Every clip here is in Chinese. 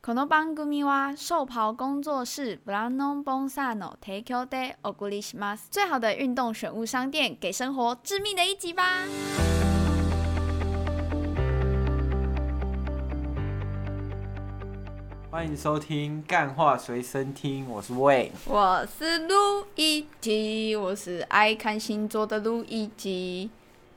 この番組は寿袍工作室ブランドボンサーの提供でお送りします。最好的运动选物商店，给生活致命的一击吧！欢迎收听《干话随身听》，我是魏。我是路易吉，我是爱看星座的路易吉。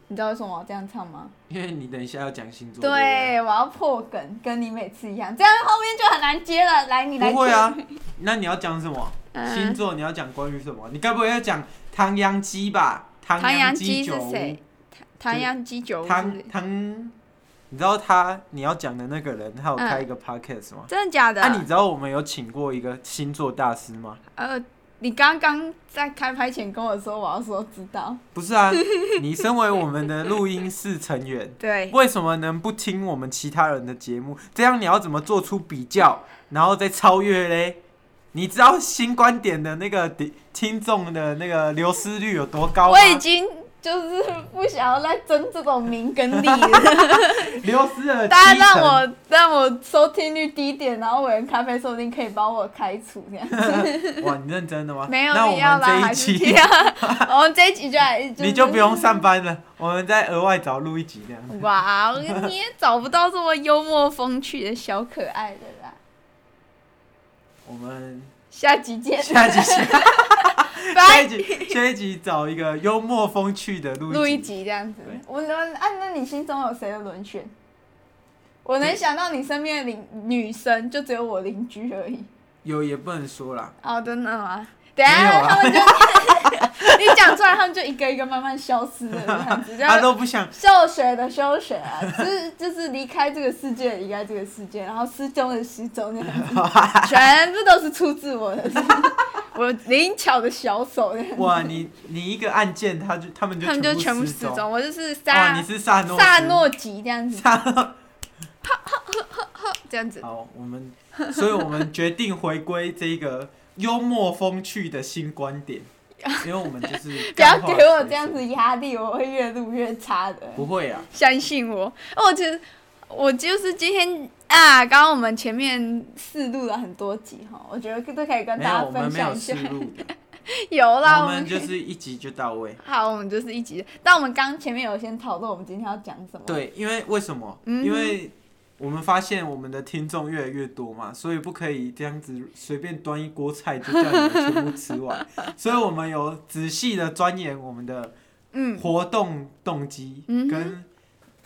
你知道为什么我要这样唱吗？因为你等一下要讲星座，对，我要破梗，跟你每次一样，这样后面就很难接了。来，你不来对接。不 会啊。那你要讲什么？嗯星座你要讲关于什么？你该不会要讲唐扬鸡吧？唐唐扬鸡鸡酒是屋谁？唐唐扬鸡酒屋是唐谁唐，你知道他你要讲的那个人，他有嗯开一个 podcast 吗？真的假的？那、啊你知道我们有请过一个星座大师吗？呃，你刚刚在开拍前跟我说我要说知道，不是啊，你身为我们的录音室成员，对，为什么能不听我们其他人的节目？这样你要怎么做出比较，然后再超越嘞？你知道新观点的那个底听众的那个流失率有多高吗我？已经就是不想要再争这种名跟利 了。流失了七大家让成我让我收听率低一点，然后我人咖啡说不定可以把我开除 这样。哇，你认真的吗？没有那我必要啦，还们是这一这期样。 我们这一集就来，是 你就不用上班了，我们再额外找录一集这样。哇，你也找不到这么幽默风趣的小可爱的啦。我们下集见， 下一集下下拜一。集下一集找一个幽默风趣的录录一集。集这样子对。我能啊，那你心中有谁的轮选？我能想到你身边的邻女生，就只有我邻居而已。有也不能说啦，哦，真的吗？等一没有下、啊他们就你讲出来，他们就一个一个慢慢消失了，这样 子。就他啊都不想休学的休学啊，就是就是离开这个世界，离开这个世界，然后失踪的失踪，这 样子，全部都是出自我的，我灵巧的小手，这 样子哇，你你一个按键，他就他们 就他们就全部失失踪。我就是哇，杀你是萨诺斯萨 诺吉这样子，萨诺。这样子。好，我们，所以我们决定回归这个幽默风趣的新观点，因为我 们就是不要干话给我随这样子身，压力，我会越录越差的。不会啊，相信我，哦我其实我就是今天啊，刚刚我们前面试录了很多集哈，我觉得都可以跟没大有，家我分们没享有一思下。路的， 有啦，我我们就可以是一集就到位。好，我们就是一集。但我们刚前面有先讨论我们今天要讲什么。，对，因为为什么？哦嗯因为我们发现我们的听众越来越多嘛，所以不可以这样子随便端一锅菜就叫你们全部吃 完，所以我们有仔细的钻研我们的嗯，活动动机嗯哼跟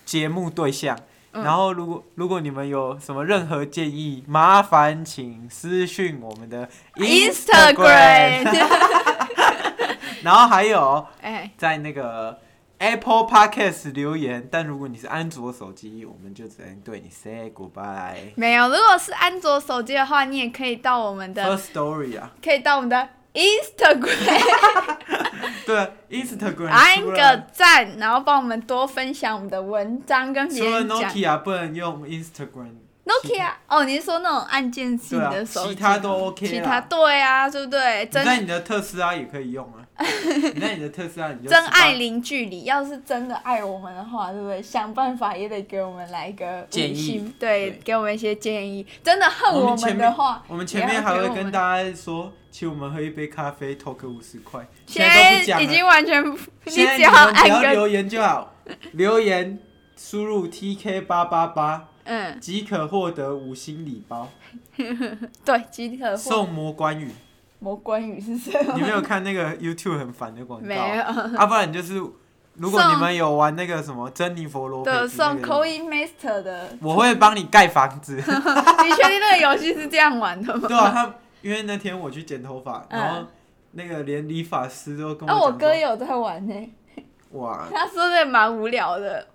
节目对象。嗯然后，如果如果你们有什么任何建议，麻烦请私讯我们的 Instagram。 Instagram， 然后还有哎，在那个 Apple Podcast 留言，但如果你是安卓手机，我们就只能对你 say goodbye。没有。如果是安卓手机的话，你也可以到我们的， First Story 啊，可以到我们的 Instagram 对啊，Instagram 按除个了赞，然后帮我们多分享我们的文章，跟别除了人讲。 Nokia 不能用 Instagram， Nokia 哦，你是说那种按键性对啊，的手机？其他都 OK 啊。其他对啊，对不对？你在真你的特斯拉也可以用 啊，你在你的特斯拉你就真爱18零距离，要是真的爱我们的话，对不对？想办法也得给我们来一个建议五星对，对给我们一些建议。真的恨我们前们面的话，我们前面还会跟家，大家说，请我们喝一杯咖啡投个五十块，现在都不在讲已了，经完全 不，你现在只你要们只要按个留言就好，留言输入 TK 八八八嗯，即可获得五星礼包，对，即可获送魔 关羽。魔关羽是什你么？没有看那个 YouTube 很烦的广 告？没有，啊，不然就是如果送你们有玩那个什么珍妮佛罗 佩对，兹那送个 Coin Master 的。我会帮你盖房 子。你确定那个游戏是这样玩的吗？对啊，他因为那天我去剪头发，嗯然后那个连理发师都跟啊，我我讲哥说也有在玩呢、哇，他说的蛮无聊的，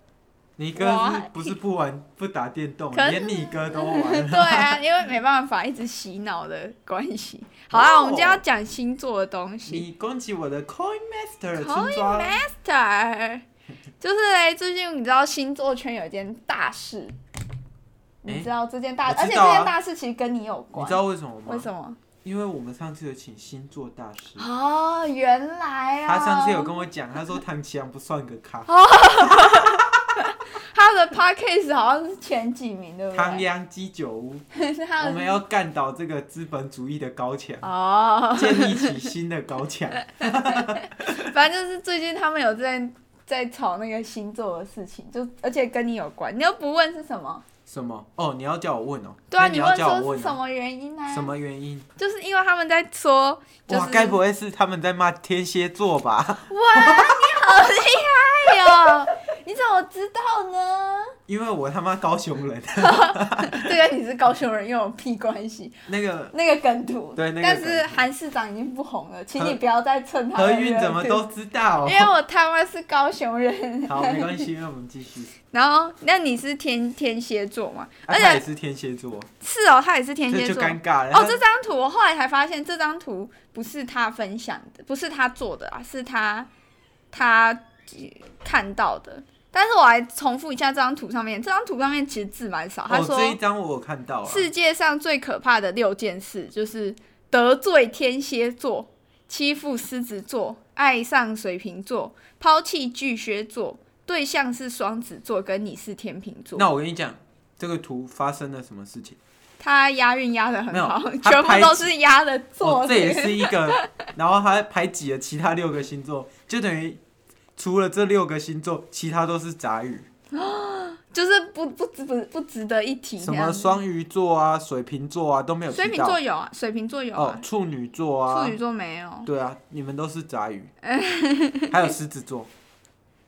你哥是哇不是不玩不打电动，可是连你哥都 玩。对啊，因为没办法一直洗脑的关 系。好啦，哦我们今天要讲星座的东西。你攻击我的 Coin Master 出 Coin 抓了 Master，就是嘞，最近你知道星座圈有一件大事，你知道这件大，我知道啊而且这件大事其实跟你有你关知。道为什么吗？为什么？因为我们上次有请星座大师，哦，原来啊，他上次有跟我讲，他说唐奇阳不算个咖，他他的 podcast 好像是前几名，对不唐对？扬鸡酒屋， 他我们要干倒这个资本主义的高墙，哦，建立起新的 高墙。反正就是最近他们有在在吵那个星座的事情，就而且跟你有关，你又不问是什么？什么？哦，你要叫我问哦。对啊，那你要问叫我说是问什哦。么原因呢、什么原因？就是因为他们在说，就是哇，该不会是他们在骂天蝎座吧？ 哎呦，你怎么知道呢？因为我他妈高雄人， 这跟你是高雄人又有屁关系？那个那个梗图，对那个但梗是图韩市长已经不红了，请何你不要再蹭他的何韵热怎么度都知 道哦因。为我他妈是高雄人。好，没关系，那我们继续。然后，那你是天天蝎座嘛？啊，而他也且是天蝎座，是哦，他也是天这蝎就座。尴尬 了。哦，这张图我后来才发现，这张图不是他分享的，不是他做的啊，是他他呃看到的。但是我来重复一下这张图上面，这张图上面其实字蛮少。他哦，说这一张我有看到啊。世界上最可怕的六件事就是得罪天蝎座、欺负狮子座、爱上水瓶座、抛弃巨蟹座，对象是双子座，跟你是天秤座。那我跟你讲，这个图发生了什么事情？他押韵押的很好 没有，他全部排都是押的座、哦，这也是一个， 然后他排挤了其他六个星座，就等于除了这六个星座，其他都是杂语，就是不不值不不值得一提什那么样子。双鱼座啊、水瓶座啊都没有水提瓶到座。有啊，水瓶座有哦啊，，处女座啊，处女座没有。对啊，你们都是 杂鱼，还有狮子座。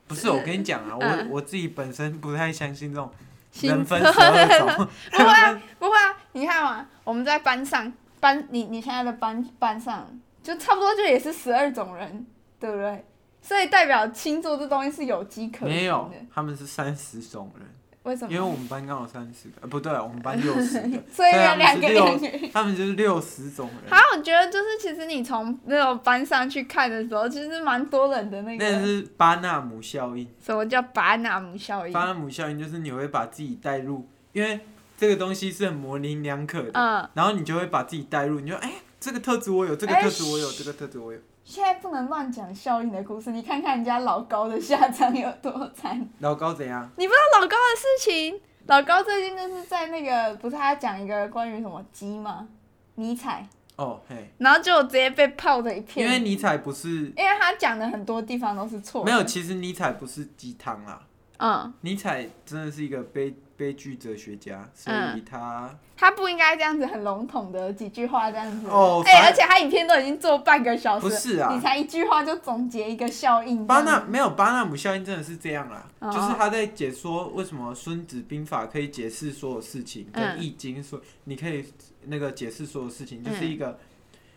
不是，我跟你讲啊，我嗯我自己本身不太相信这种星人分十二种，不会啊， 不会啊！你看嘛，我们在班上，班你你现在的班班上，就差不多就也是十二种人，对不对？所以代表星座这东西是有机可没循有的。，啊他们是三十种人。为什么？，因为我们班刚好三十个，呃不对，我们班六十个所以他有们两是个六，人。他们就是六十种人 好，，我觉得就是其实你从那种班上去看的时候，其实蛮多人的那那个。是巴纳姆效应。什么叫啊巴纳姆效应巴？纳姆效应就是你会把自己带入，因为这个东西是很模棱两可的，嗯，然后你就会把自己带入，你就哎、这个特质我有，这个哎特质我有，这个特质我有。现在不能乱讲效应的故事，你看看人家老高的下场有多 惨。老高怎样？你不知道老高的事情？老高最近就是在那个，不是他讲一个关于什么鸡吗？尼采，哦嘿，然后就直接被泡的一因片。为尼采不是因为他讲的很多地方都是错的。没有，其实尼采不是鸡汤啦，嗯，尼采真的是一个悲悲剧哲学家，所以嗯他。他不应该这样子很笼统的几句话这样子。哦哎、反而且他影片都已经做半个小时，不是啊你才一句话就总结一个效应。巴这纳样子没有巴纳姆效应真的是这样啦，哦就是他在解说为什么《孙子兵法》可以解释所有事情，跟嗯《易经》说你可以那个解释所有事情，嗯就是一个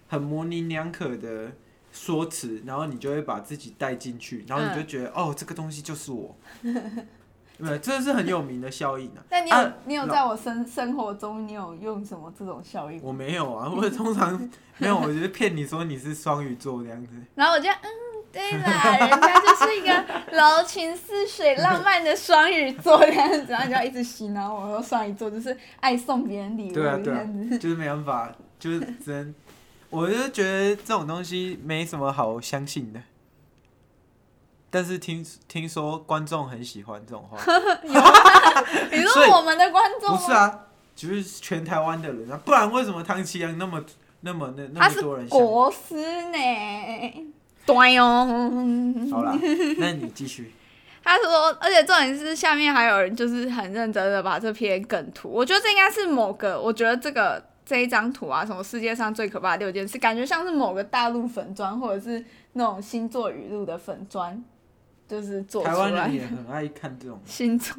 很模棱两可的说辞，然后你就会把自己带进去，然后你嗯就觉得、哦，这个东西就 是我，没有，这是很有名的效应啊。那你有、啊你有在我生生活中，你有用什么这种效应？我没有啊，我通常没有，我就是骗你说你是双鱼座这样子。然后我就嗯，对啦， 人家就是一个柔情似水、浪漫的双鱼座这样子，然后你就一直洗脑我说双鱼座就是爱送别人礼物这对啊样子。对啊 就是没办法，就是只能，我就觉得这种东西没什么好相信的。但是听听说观众很喜欢这种话，你所以说我们的观众不是吗？啊，就是全台湾的人啊，不然为什么唐奇阳那么那么那那他么是多人想？国师呢。对哦，好啦，那你继 续。他说，而且重点是下面还有人就是很认真的把这篇梗图，我觉得这应该是某个，我觉得这个这一张图啊，什么世界上最可怕的六件事，感觉像是某个大陆粉砖或者是那种星座语录的粉砖，就是做出台湾人来。，也很爱看这种星座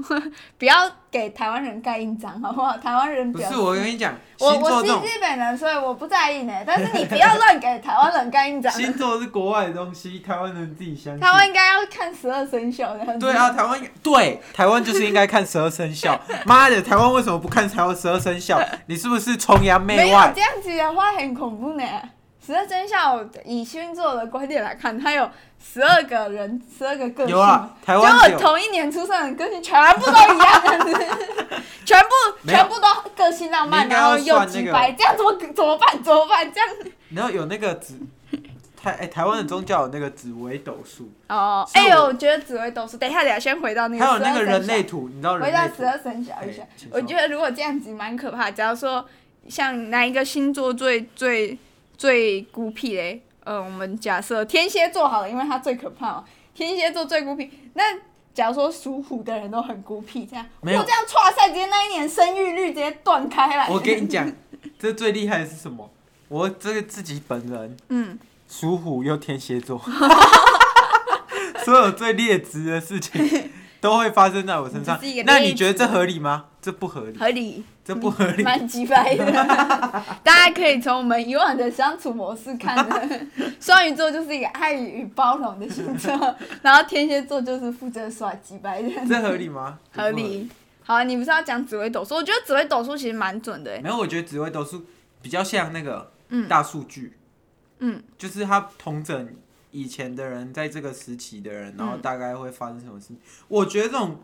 不要给台湾人盖印章好不好？台湾人不表是示我跟你讲，我星座我这是种日本人，所以我不在意呢。但是你不要乱给台湾人盖印章， 星座是国外的东西，台湾人自己相信。台湾应该要看十二生肖的。 对啊，，台湾对台湾就是应该看十二 生肖。妈的，台湾为什么不看台湾十二生肖？你是不是崇洋没媚有外？这样子的话很恐怖呢。十二生肖以星座的观点来看，它有十二个人，十二个个性。有啊，台结湾只果有同一年出生的个性全部都一 样，全部没有全部都个性浪漫，你应该然要后又算那直个白，这样怎么怎么办？怎么办？这样 然后有那个只，台哎、台湾的宗教有那个紫微斗数，哦，所以哎呦，我我觉得紫微斗数，等一下，等一下，先回到那个还有那12个生人肖类图，你知道人回到类十图？二生肖一下哎，请我说觉得如果这样子蛮可怕。假如说像哪一个星座最最最孤僻嘞？呃，我们假设天蝎座好了，因为它最可怕嘛。天蝎座最孤僻。那假如说属虎的人都很孤僻，这样没有我这样歘赛，直接那一年生育率直接断开来。 我跟你讲，这最厉害的是什么？我这个自己本人 嗯，属虎又天 蝎座，所有最劣质的事情都会发生在我身上你是一个。那劣你质觉得这合理吗？这不合理，合理，这不合理。蛮鸡掰的。嗯 大家可以从我们以往的相处模式看的， 双鱼座就是一个爱与包容的星座，然后天蝎座就是负责耍鸡掰的。 这合理吗？这不 合理。好，你不是要讲紫微斗数？我觉得紫微斗数其实蛮准的欸。没有，我觉得紫微斗数比较像那个嗯大数据，嗯，就是它统整以前的人在这个时期的人，然后嗯大概会发生什么事情。我觉得这种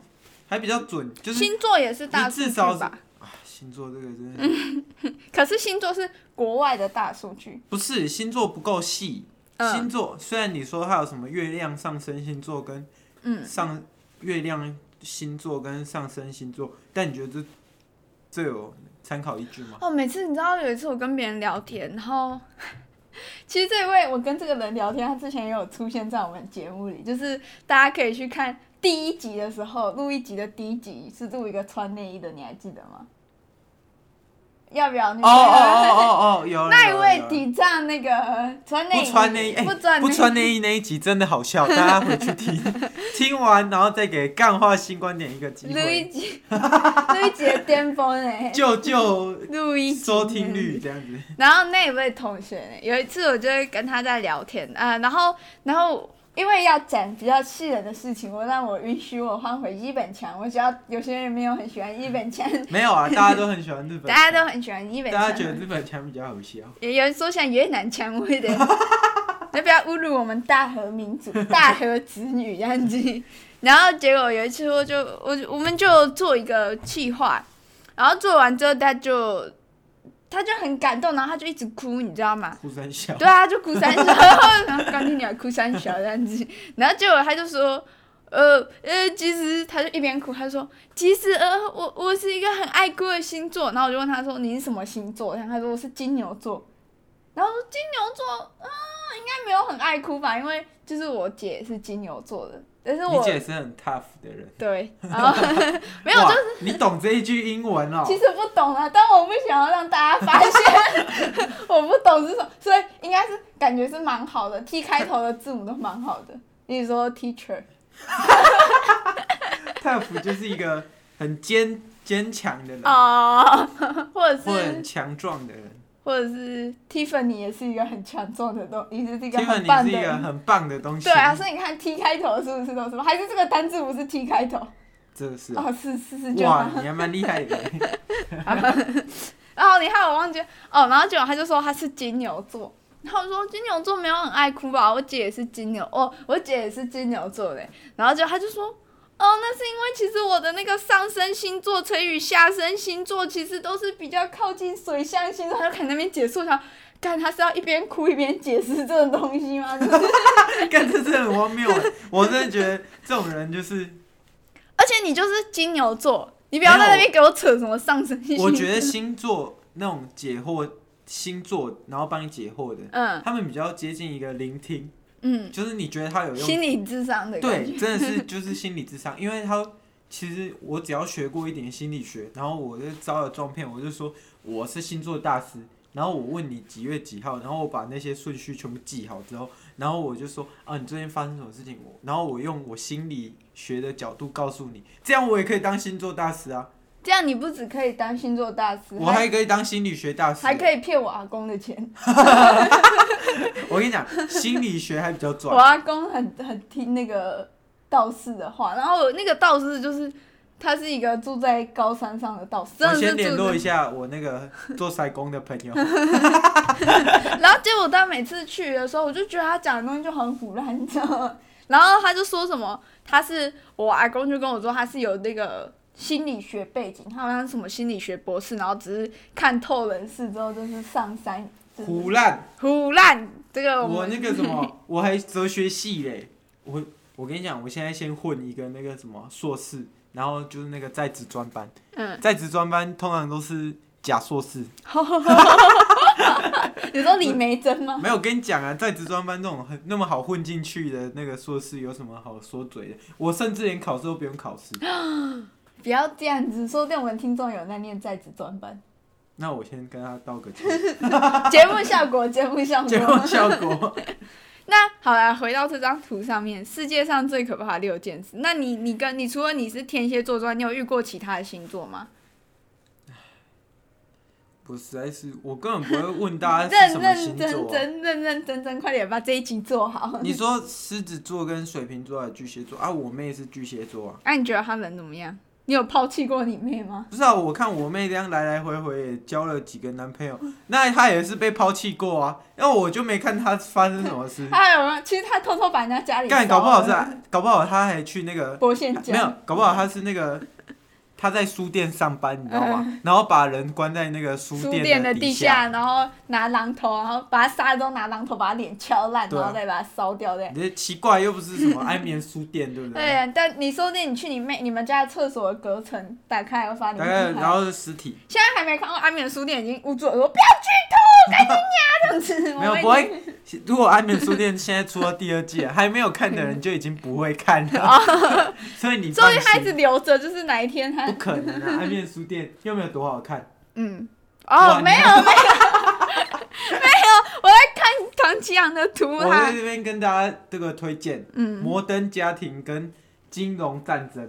还比较准，就是星座也是大数你据至少吧？星座这个真嗯的是可是星座是国外的大数据。不是星座不够细。嗯星座虽然你说它有什么月亮上升星座跟嗯，上月亮星座跟上升星座，但你觉得这这有参考依据吗？哦，每次你知道有一次我跟别人聊天，然后 其实这位我跟这个人聊天，他之前也有出现在我们节目里，就是大家可以去看第一集的时候，录一集的第一集是录一个穿内衣的，你还记得吗？要不要？你哦哦哦哦哦，有了那一有了有位了抵抗那个穿内衣，不穿内衣，哎不穿不内穿内衣那一集真的好笑，大家回去听，听完然后再给干话新观点一个机录一会，集， 录一集的巅峰哎、救救录一集收听率。这样子。然后那一位同学呢，有一次我就会跟他在聊天啊、呃然后然后因为要讲比较气人的事情，我让我允许我换回日本腔。我知道有些人没有很喜欢日本腔，没有啊，大家都很喜欢日本，大家都很喜欢日本大家觉得腔。日本腔比较好笑。也有人说像越南腔，我有点，要不要侮辱我们大和民族、 大和子女这样子？然后结果有一次我就我我们就做一个企划，然后做完之后他就他就很感动，然后他就一直哭，你知道吗？哭三笑， 对啊，就哭三小，然后钢铁鸟哭三小这样子，然后结果他就说。呃呃，其实他就一边哭，他就说其实呃，我我是一个很爱哭的星座，然后我就问他说你是什么星座，然后他说我是金牛座，然后我说金牛座啊、应该没有很爱哭吧，因为就是我姐是金牛座的，但是你我姐是很 tough 的人，对，然后 没有，哇就你懂这一句英文哦。其实不懂啊，但我不想要让大家发现 我不懂是什么，所以应该是感觉是蛮好的，T 开头的字母都蛮好的。例如说 teacher， tough 就是一个很坚坚强的人，啊、 或者或很是强壮的人。或者是 Tiffany 也是一个很强壮的东，也是一个很 Tiffany 棒是的一个人。很棒的东西，对啊，所以你看 T 开头是不是都是？还是这个单字不是 T 开头？这个是哦，是是是就哇好，你还蛮厉害的。 然后你看我忘记哦，然后结果他就说他是金牛座，然后我说金牛座没有很爱哭吧？我姐也是金牛，哦，我姐也是金牛座嘞。然后就他就说，哦，那是因为其实我的那个上升星座乘以下升星座其实都是比较靠近水象星座，他就看那边解释，我想，看他是要一边哭一边解释这种东西吗？ 干这真的很荒谬欸，我真的觉得这种人就是，而且你就是金牛座，你不要在那边给我扯什么上升星座。我觉得星座那种解惑星座，然后帮你解惑的，嗯他们比较接近一个聆听，嗯，就是你觉得他有用，心理智商 的感觉。对，真的是就是心理智商，因为他其实我只要学过一点心理学，然后我就招了撞骗，我就说我是星座大师。然后我问你几月几号，然后我把那些顺序全部记好之后，然后我就说啊，你最近发生什么事情？我，然后我用我心理学的角度告诉你，这样我也可以当星座大师啊。这样你不只可以当星座大师，我还可以当心理学大师，啊还可以骗我阿公的 钱，我跟你讲，心理学还比较我 赚。阿公很很听那个道士的话，然后那个道士就是他是一个住在高山上的道士，真我的是先住联络在一下我那个做筛工的朋友， 然后结果他每次去的时候，我就觉得他讲的东西就很腐烂，你知道吗？然后他就说什么，他是我阿公就跟我说他是有那个心理学背景，他好像是什么心理学博士，然后只是看透人世之后就是上山胡烂，胡烂这个我们那个什么，我还哲学系嘞，我我跟你讲，我现在先混一个那个什么硕士，然后就是那个在职专班，嗯，在职专班通常都是假硕士， 有时候李梅珍吗？没有跟你讲啊，在职专班那种很那么好混进去的那个硕士有什么好说嘴的？我甚至连考试都不用 考试。不要这样子，说不定我们听众有在念在职专 班。那我先跟他道个 歉，节目效果，节目效节目果。效果。那好啦，回到这张图上面，世界上最可怕的六件事。那你你跟你除了你是天蝎座之外，你有遇过其他的星座吗？不是，还是我根本不会问大家是什认么 认星真座啊、真认认真真，快点把这一集做好。 你说狮子座跟水瓶座还是巨蟹座啊？我妹是巨蟹座啊。那、你觉得他人怎么样？你有抛弃过你妹吗？不是啊，我看我妹这样来来回回也交了几个男朋友， 那她也是被抛弃过啊。然后我就没看 她发生什么事。他有没有？其实他偷偷把人家家里嗯干，搞不好是啊，啊，搞不好她还去那个博线没家。有，搞不好他是那个他在书店上班，你知道 吗？然后把人关在那个嗯书书店的底地下，。然后拿榔头，然后把他杀的都拿榔头把他脸敲烂，对啊然后再把他烧掉，对。你这奇怪又不是什么 安眠书店，对不对？啊对，但你说不定你去你妹你们家的厕所的隔层打开，会发现里大面概很然后是尸体，现在还没看过安眠书店，已经捂住耳朵，不要剧透，赶紧呀这样子。没有我们不会。 如果安眠书店现在出到第二季，还没有看的人就已经不会看了，哦 所以你说放不定他一直心，留着，就是哪一天他 不可能 啊！安眠书店又没有多好看，嗯哇哦你没有没有没有，我在看唐奇阳的图我在他这边跟大家这个推荐《嗯摩登家庭》跟《金融战争》。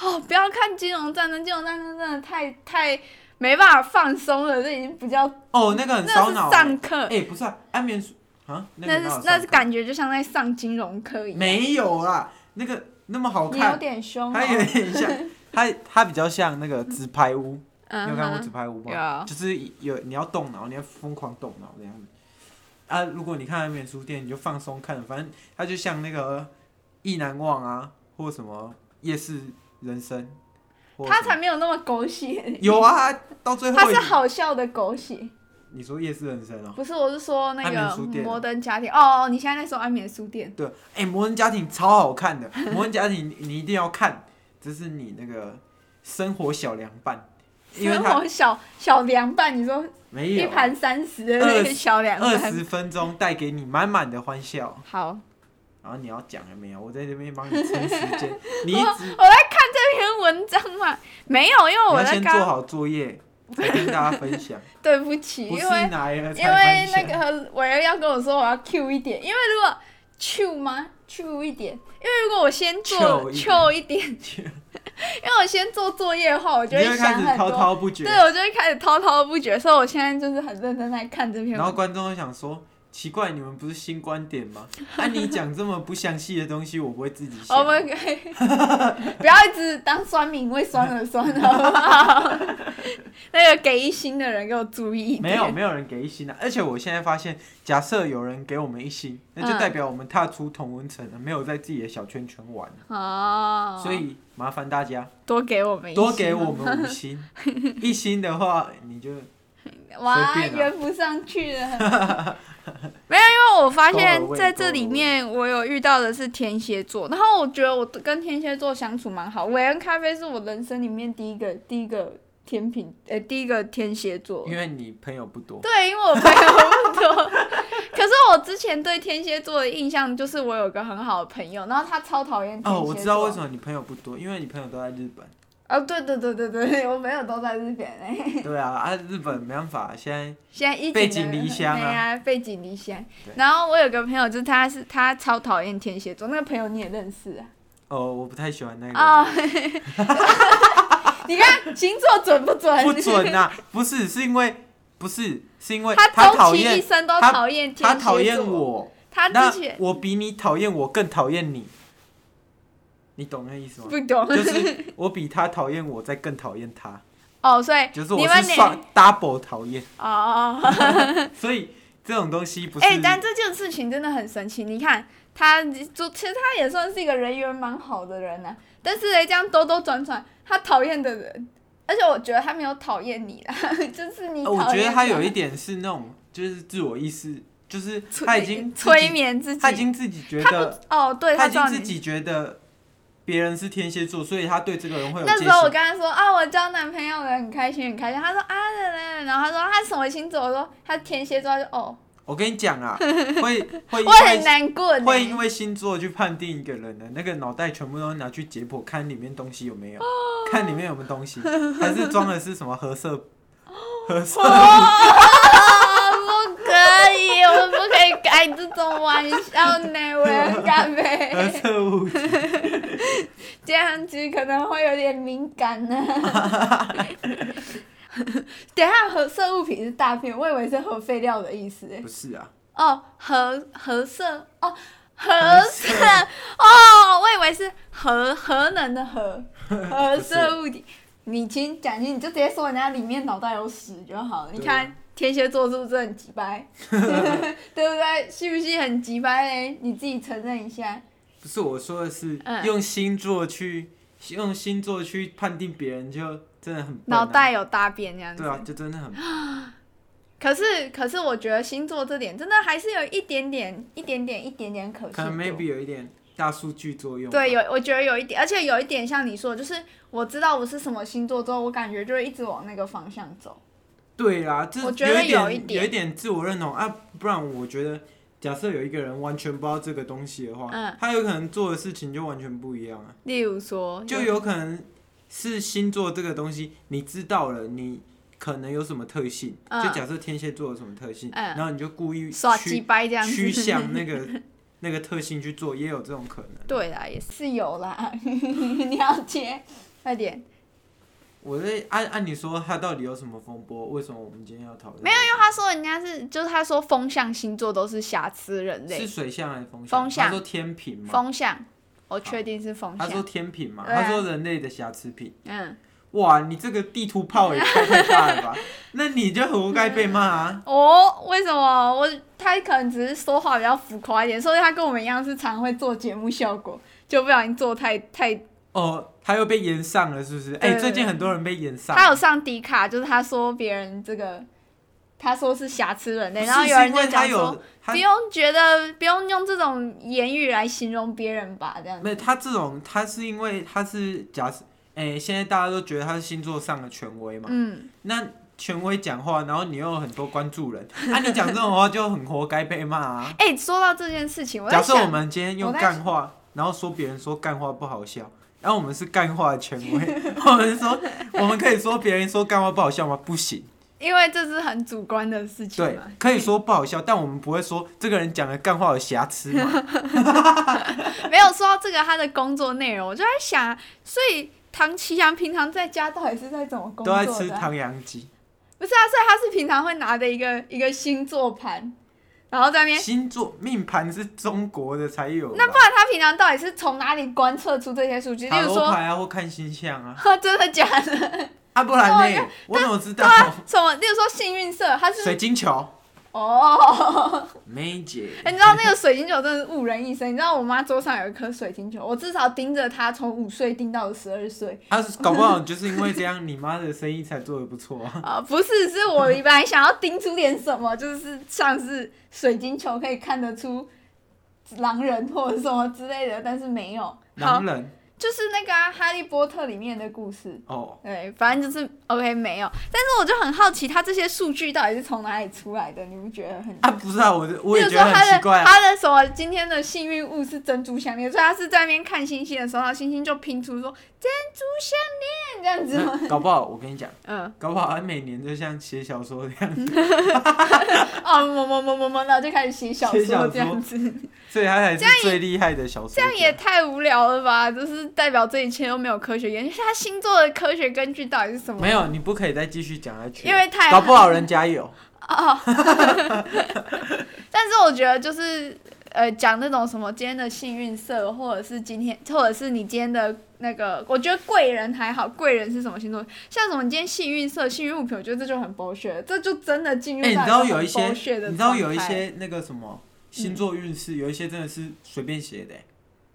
哦不要看金融战争，金融战争真的太太没办法放松了，这已经比较哦，那个嗯很那烧是脑欸。上课，哎、不是啊，安眠书啊，那个那哪有是上课那是感觉就像在上金融课一样，没有啦，那个那么好你有看，点凶、哦，它有点像，它它比较像那个纸牌屋，你嗯有看过哼纸牌屋吗？有就是有你要动脑，你要疯狂动脑这样子。啊，如果你看安眠书店，你就放松看，反正它就像那个意难忘啊，或什么夜市人生，或他什么才没有那么狗血， 有啊，到最后他是一好笑的狗血，你说夜市人生哦、不是，我是说那安眠个书店摩登家庭。哦哦，你现在在说安眠书店，对，哎、摩登家庭》超好看的，《摩登家庭》你一定要看，这是你那个生活小凉拌，因为生它活小小凉拌，你说没一有盘三十的那个小凉二拌，十分钟带给你满满的欢笑。好，然后你要讲了没有？我在这边帮你撑时 间，你一直我在看这篇文章嘛，没有，因为你我要在先做刚，好作业，才跟大家分享，对不起，不 因是为来了因为才那分享。个委员要跟我说我要 Q 一点，因为如果 Q 吗？Q 一点，因为如果我先做 Q 一点 Q 一点， 因为我先做作业的话，我就你就会开想始很滔多。滔不绝对，，我就会开始滔滔不绝，所以我现在就是很认真在看这篇然后文。观众会想说：奇怪，你们不是新观点吗？啊，你讲这么不详细的东西，我不会自己 想。我们可以 不要一直当酸民为酸而酸，好不 好？那个给一星的人给我注意一点。没有，没有人给一星啊！而且我现在发现，假设有人给我们一星，那嗯就代表我们踏出同温层了，没有在自己的小圈圈玩。哦，所以麻烦大家多给我们一星多给我们 五星，一星的话你就哇，随便啊圆不上去了。 没有，因为我发现够了喂在这里面，我有遇到的是天蝎座，然后我觉得我跟天蝎座相处蛮好。韦恩咖啡是我人生里面第一个第一个天平，呃，第一个天蝎座。因为你朋友不多，对，因为我朋友不多。 可是我之前对天蝎座的印象就是我有个很好的朋友，然啊后他超讨厌天蝎哦，座。我知道为什么。么你朋友不多，因为你朋友都在日 本。哦，对对对对对， 我朋友都在日本哎、对啊，啊，日本没办法，现在现在疫情背井离乡啊对啊，背井离乡对。然后我有个朋友，就是他是他超讨厌天蝎座，那个朋友你也认识啊？哦，我不太喜欢那个。啊、哦 你看星座准不准？不准呐、 不是，是因为不是，是因为他讨终其一厌生都他讨厌天蝎座。他讨厌。我，他那之前我比你讨厌我更讨厌你，你懂那意思吗？不懂。就是我比他讨厌我，再更讨厌他， 哦，所以就是你我们是俩双 double 讨厌，哦哦。哦所以这种东西不是。哎、但这件事情真的很神奇。你看，他就其实他也算是一个人缘蛮好的人呐、啊但是嘞，这样兜兜转转，他讨厌的人，而且我觉得他没有讨厌你啦，就是你 呃我讨觉厌得他有一点是那种就是自我意识，就是催他已经自己催眠自己，他已经自己觉他得，不哦，对，他已知道经你自己觉得别人是天蝎座，所以他对这个人会有那戒时候我心。跟他说啊，我交男朋友了，很开心，很开心。他说啊，对对对然后他说他什么星座？我说他天蝎座，他就哦，我跟你讲 啊，会会因我很为难欸过呢。会因为星座去判定一个人的那个脑袋全部都拿去解剖，看里面东西有没哦有，看里面有没有东西，还是装的是什么褐色褐色哦不可以，我们不可以开这种玩笑呢，我很干褐 杯。色物体。这样子可能会有点敏感呢。等一下，核色物品是大片，我以为是核废料的意思。不是啊，哦，核核色哦，核核色色哦，我以为是核核能的核核色物体。你请讲清，你就直接说人家里面脑袋有屎就好了。 你对啊看天蝎座是不是很鸡 掰？对不对？是不是很鸡掰嘞？你自己承认一下。不是我说的是嗯用星座去用星座去判定别人，就真的很笨啊脑袋有大便这样子。对啊，就真的很 可是，可是我觉得星座这点真的还是有一点点、一点点、一点点可信可能度 maybe 有一点大数据作用吧。对，有啊我觉得有一点，而且有一点像你说的，就是我知道我是什么星座之后，我感觉就会一直往那个方向走。对啦，这我觉得有有一一点有一点自我认同啊，不然我觉得假设有一个人完全不知道这个东西的话，嗯他有可能做的事情就完全不一样啊，例如说，就有可能是星座这个东西，你知道了你。可能有什么特性？嗯就假设天蝎座有什么特性，嗯然后你就故意耍去鸡掰这样趋子。向那个那个特性去做，也有这种可能。 对啦，也是有啦， 你要接，快点，我在按按你说，它到底有什么风波？为什么我们今天要讨论？没有，因为他说人家是，就是他说风象星座都是瑕疵人类是，水象还是风风象象？他说天平嘛，风象，我确定是风他说象，天平嘛，对啊他说人类的瑕疵品。嗯，哇，你这个地图炮也开太大 了吧？那你就活该被骂啊！哦，为什么我他可能只是说话比较浮夸一点，所以他跟我们一样是常会做节目效果，就不小心做太太哦，他又被延上了，是不是？哎、对最近很多人被延上。他有上迪卡，就是他说别人这个，他说是瑕疵人不类，是然后有是人因就为他讲说，有他不用觉得不用用这种言语来形容别人吧，这样没子。有他这种，他是因为他是假设，哎、现在大家都觉得他是星座上的权威嘛。嗯，那权威讲话，然后你又有很多关注 人，啊，你讲这种话就很活该被骂啊。哎、说到这件事情，我假在设我想，们今天用我在干话，然后说别人说干话不好笑，然后我们是干话的权 威，我们说我们可以说别人说干话不好笑吗？不行，因为这是很主观的事情对嘛，，可以说不好笑，但我们不会说这个人讲的干话有瑕疵嘛。没有说到这个他的工作内容，我就在想，所以唐奇阳平常在家到底是在怎么 工都作在的吃啊、唐扬鸡，不是啊，所以他是平常会拿着一个一个星座盘，然后在那边星座命盘是中国的才有吧，那不然他平常到底是从哪里观测出这些数据？例塔如罗说，牌啊或看星象啊， 真的假的？啊不哦然呢？我怎么知道？什么？例如说幸运色，他是水晶球，哦， 梅姐。你知道那个水晶球真的是误人一生。你知道我妈桌上有一颗水晶球，我至少盯着它从五岁盯到十二岁。他是啊搞不好就是因为这样，你妈的生意才做的 不错、啊。啊、不是，是我本来想要盯出点什么，就是像是水晶球可以看得出狼人或者什么之类的，但是没有。好狼，人就是那个、啊《哈利波特》里面的故事。哦，对，反正就是 OK 没有，但是我就很好奇，他这些数据到底是从哪里出来的？你不觉得很？啊，不是啊，我我比也如觉说得他很的奇怪啊。他的什么今天的幸运物是珍珠项链，所以他是在那边看星星的时候，然后星星就拼出说珍珠项链这 样子吗？那搞不好我跟你讲，嗯，搞不好他每年就像写小说这 样，哦，么么么么么，然后就开始写小写小说说这样 子，所以他才是最厉害的小说这家。样也太无聊了吧？就是代表这一切都没有科学研究，他星座的科学根据到底是什么？没，有，你不可以再继续讲下去因。为太搞不好人家有，哦，但是我觉得就是呃，讲那种什么今天的幸运色，或者是今天，或者是你今天的那个，我觉得贵人还好，贵人是什么星座？像什么你今天幸运色、幸运物品，我觉得这就很剥削，这就真的进入哎、到一你个知道有一些，很剥削的你知道有一状态嗯些那个什么星座运势，有一些真的是随便写的、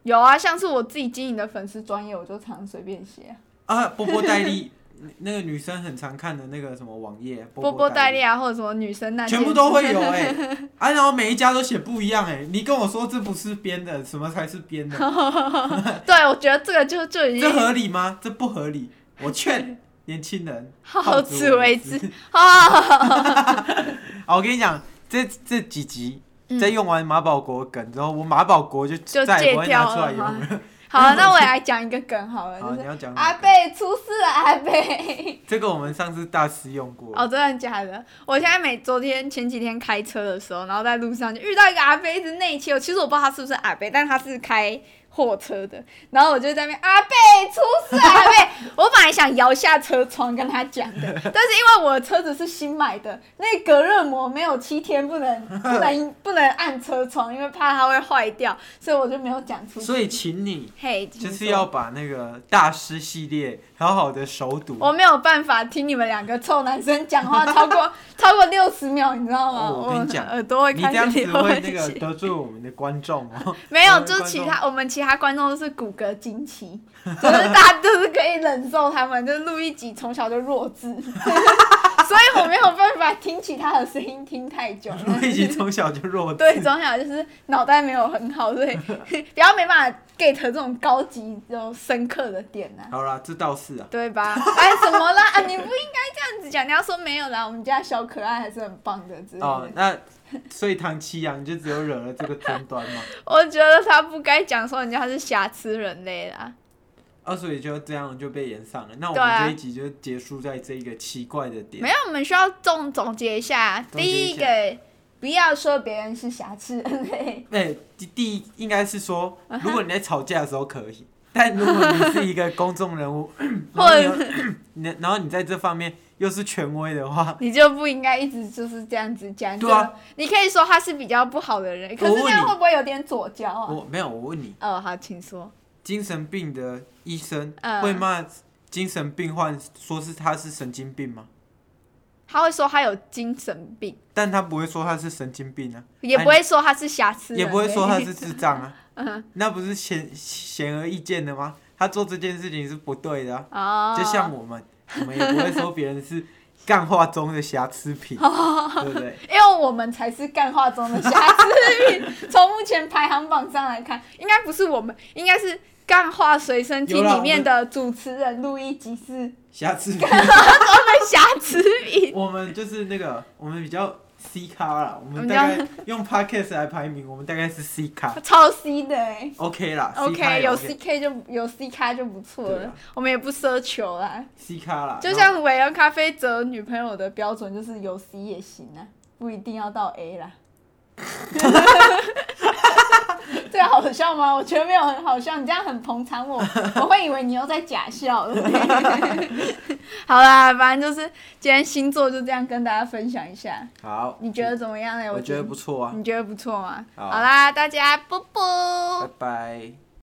有啊，像是我自己经营的粉丝专业，我就常随便写。啊，波波戴利 那个女生很常看的那个什么网页，波波波代代理啊，或者什么女生那全部 都会有哎、啊，然后每一家都写不一样哎、你跟我说这不是编的，什么才是编的？对，我觉得这个就就已这经合理吗？这不合理，我劝 年轻人好自为之。 哦啊！我跟你讲，这这几集嗯在用完马保国梗之后，我马保国就就再也不戒会拿掉出来了用吗了。？ 好了，那我也来讲一个梗好了，好，就你是要讲阿贝出事了，阿贝。这个，我们上次大师用过。哦，真的假的？我现在每昨天前几天开车的时候，然后在路上就遇到一个阿贝一直内切我，其实我不知道他是不是阿贝，但他是开货车的，然后我就在那边阿贝出事，阿贝，我本来想摇下车窗跟他讲的，但是因为我的车子是新买的，那隔热膜没有七天不 能不能不能按车窗，因为怕它会坏掉，所以我就没有讲出去。所以，请你嘿，就请是说要把那个大师系列好好的熟读。我没有办法听你们两个臭男生讲话超 过超过六十秒，你知道吗？哦我跟你讲耳朵会你开这样始子流会血。那个得罪我们的观众哦。 没有，我们就观其众他我们其他观众都是骨骼惊奇，就是大家就是可以忍受他们，就是录一集从小就弱 智，所以我没有办法听其他的声音听太久。 我已经从小就弱智。对，从小就是脑袋没有很好，所以 比较没办法 get 这种高级又深刻的点啊。好啦，这倒是啊。对吧？哎，怎么啦？啊，你不应该这样子讲，你要说没有啦，我们家小可爱还是很棒的之类的。哦，那所以唐七阳就只有惹了这个争端嘛。 我觉得他不该讲说人家是瑕疵人类啦。啊，所以就这样就被延上了。那我对啊们这一集就结束在这一个奇怪的点没。有，我们需要总总结一下。总结第一一下个，不要说别人是瑕疵人 类。对，哎第第一应该是说，啊如果你在吵架的时候可以， 但如果你是一个公众 人物，然后你又 你然后你在这方面又是权威的话， 你就不应该一直就是这样子讲，对啊就你可以说他是比较不好的人，可我是问那样你会不会有点左交啊？我没有，我问你，哦，好，请说。精神病的医生嗯会骂精神病患说是他是神经病吗？他会说他有精神病，但他不会说他是神经病啊，也哎不会说他是瑕疵人类，也不会说他是智障嗯啊，那不是显显而易见的吗？他做这件事情是不对的、啊， 哦，就像我们，我们也不会说别人是干话中的瑕疵品， 对不对？因为我们才是干话中的瑕疵品。从目前排行榜上来看，应该不是我们，应该是干话随身听有啦里面的主持人路易吉是瑕疵品，他们瑕疵品。 我们就是那个，我们比较 C 咖啦，我我们们比大概 用 Podcast 来排名，我们大概是 C 咖超 C 的哎、 ，OK 啦 o C 咖 k 有 OK CK 就有 C 咖就不错对了啊，我们也不奢求啦。 C 咖啦，就像韦恩咖啡折女朋友的标准就是有 C 也行啊，不一定要到 A 啦。 这个好笑吗？我觉得没有很好笑，你这样很捧场我，我会以为你又在假笑了。 好啦，反正就是今天星座就这样跟大家分享一下，然后好，你觉得嗯怎么样呢？我觉觉得不错啊，你觉得不错吗？好好啦，大家啵拜啵。拜。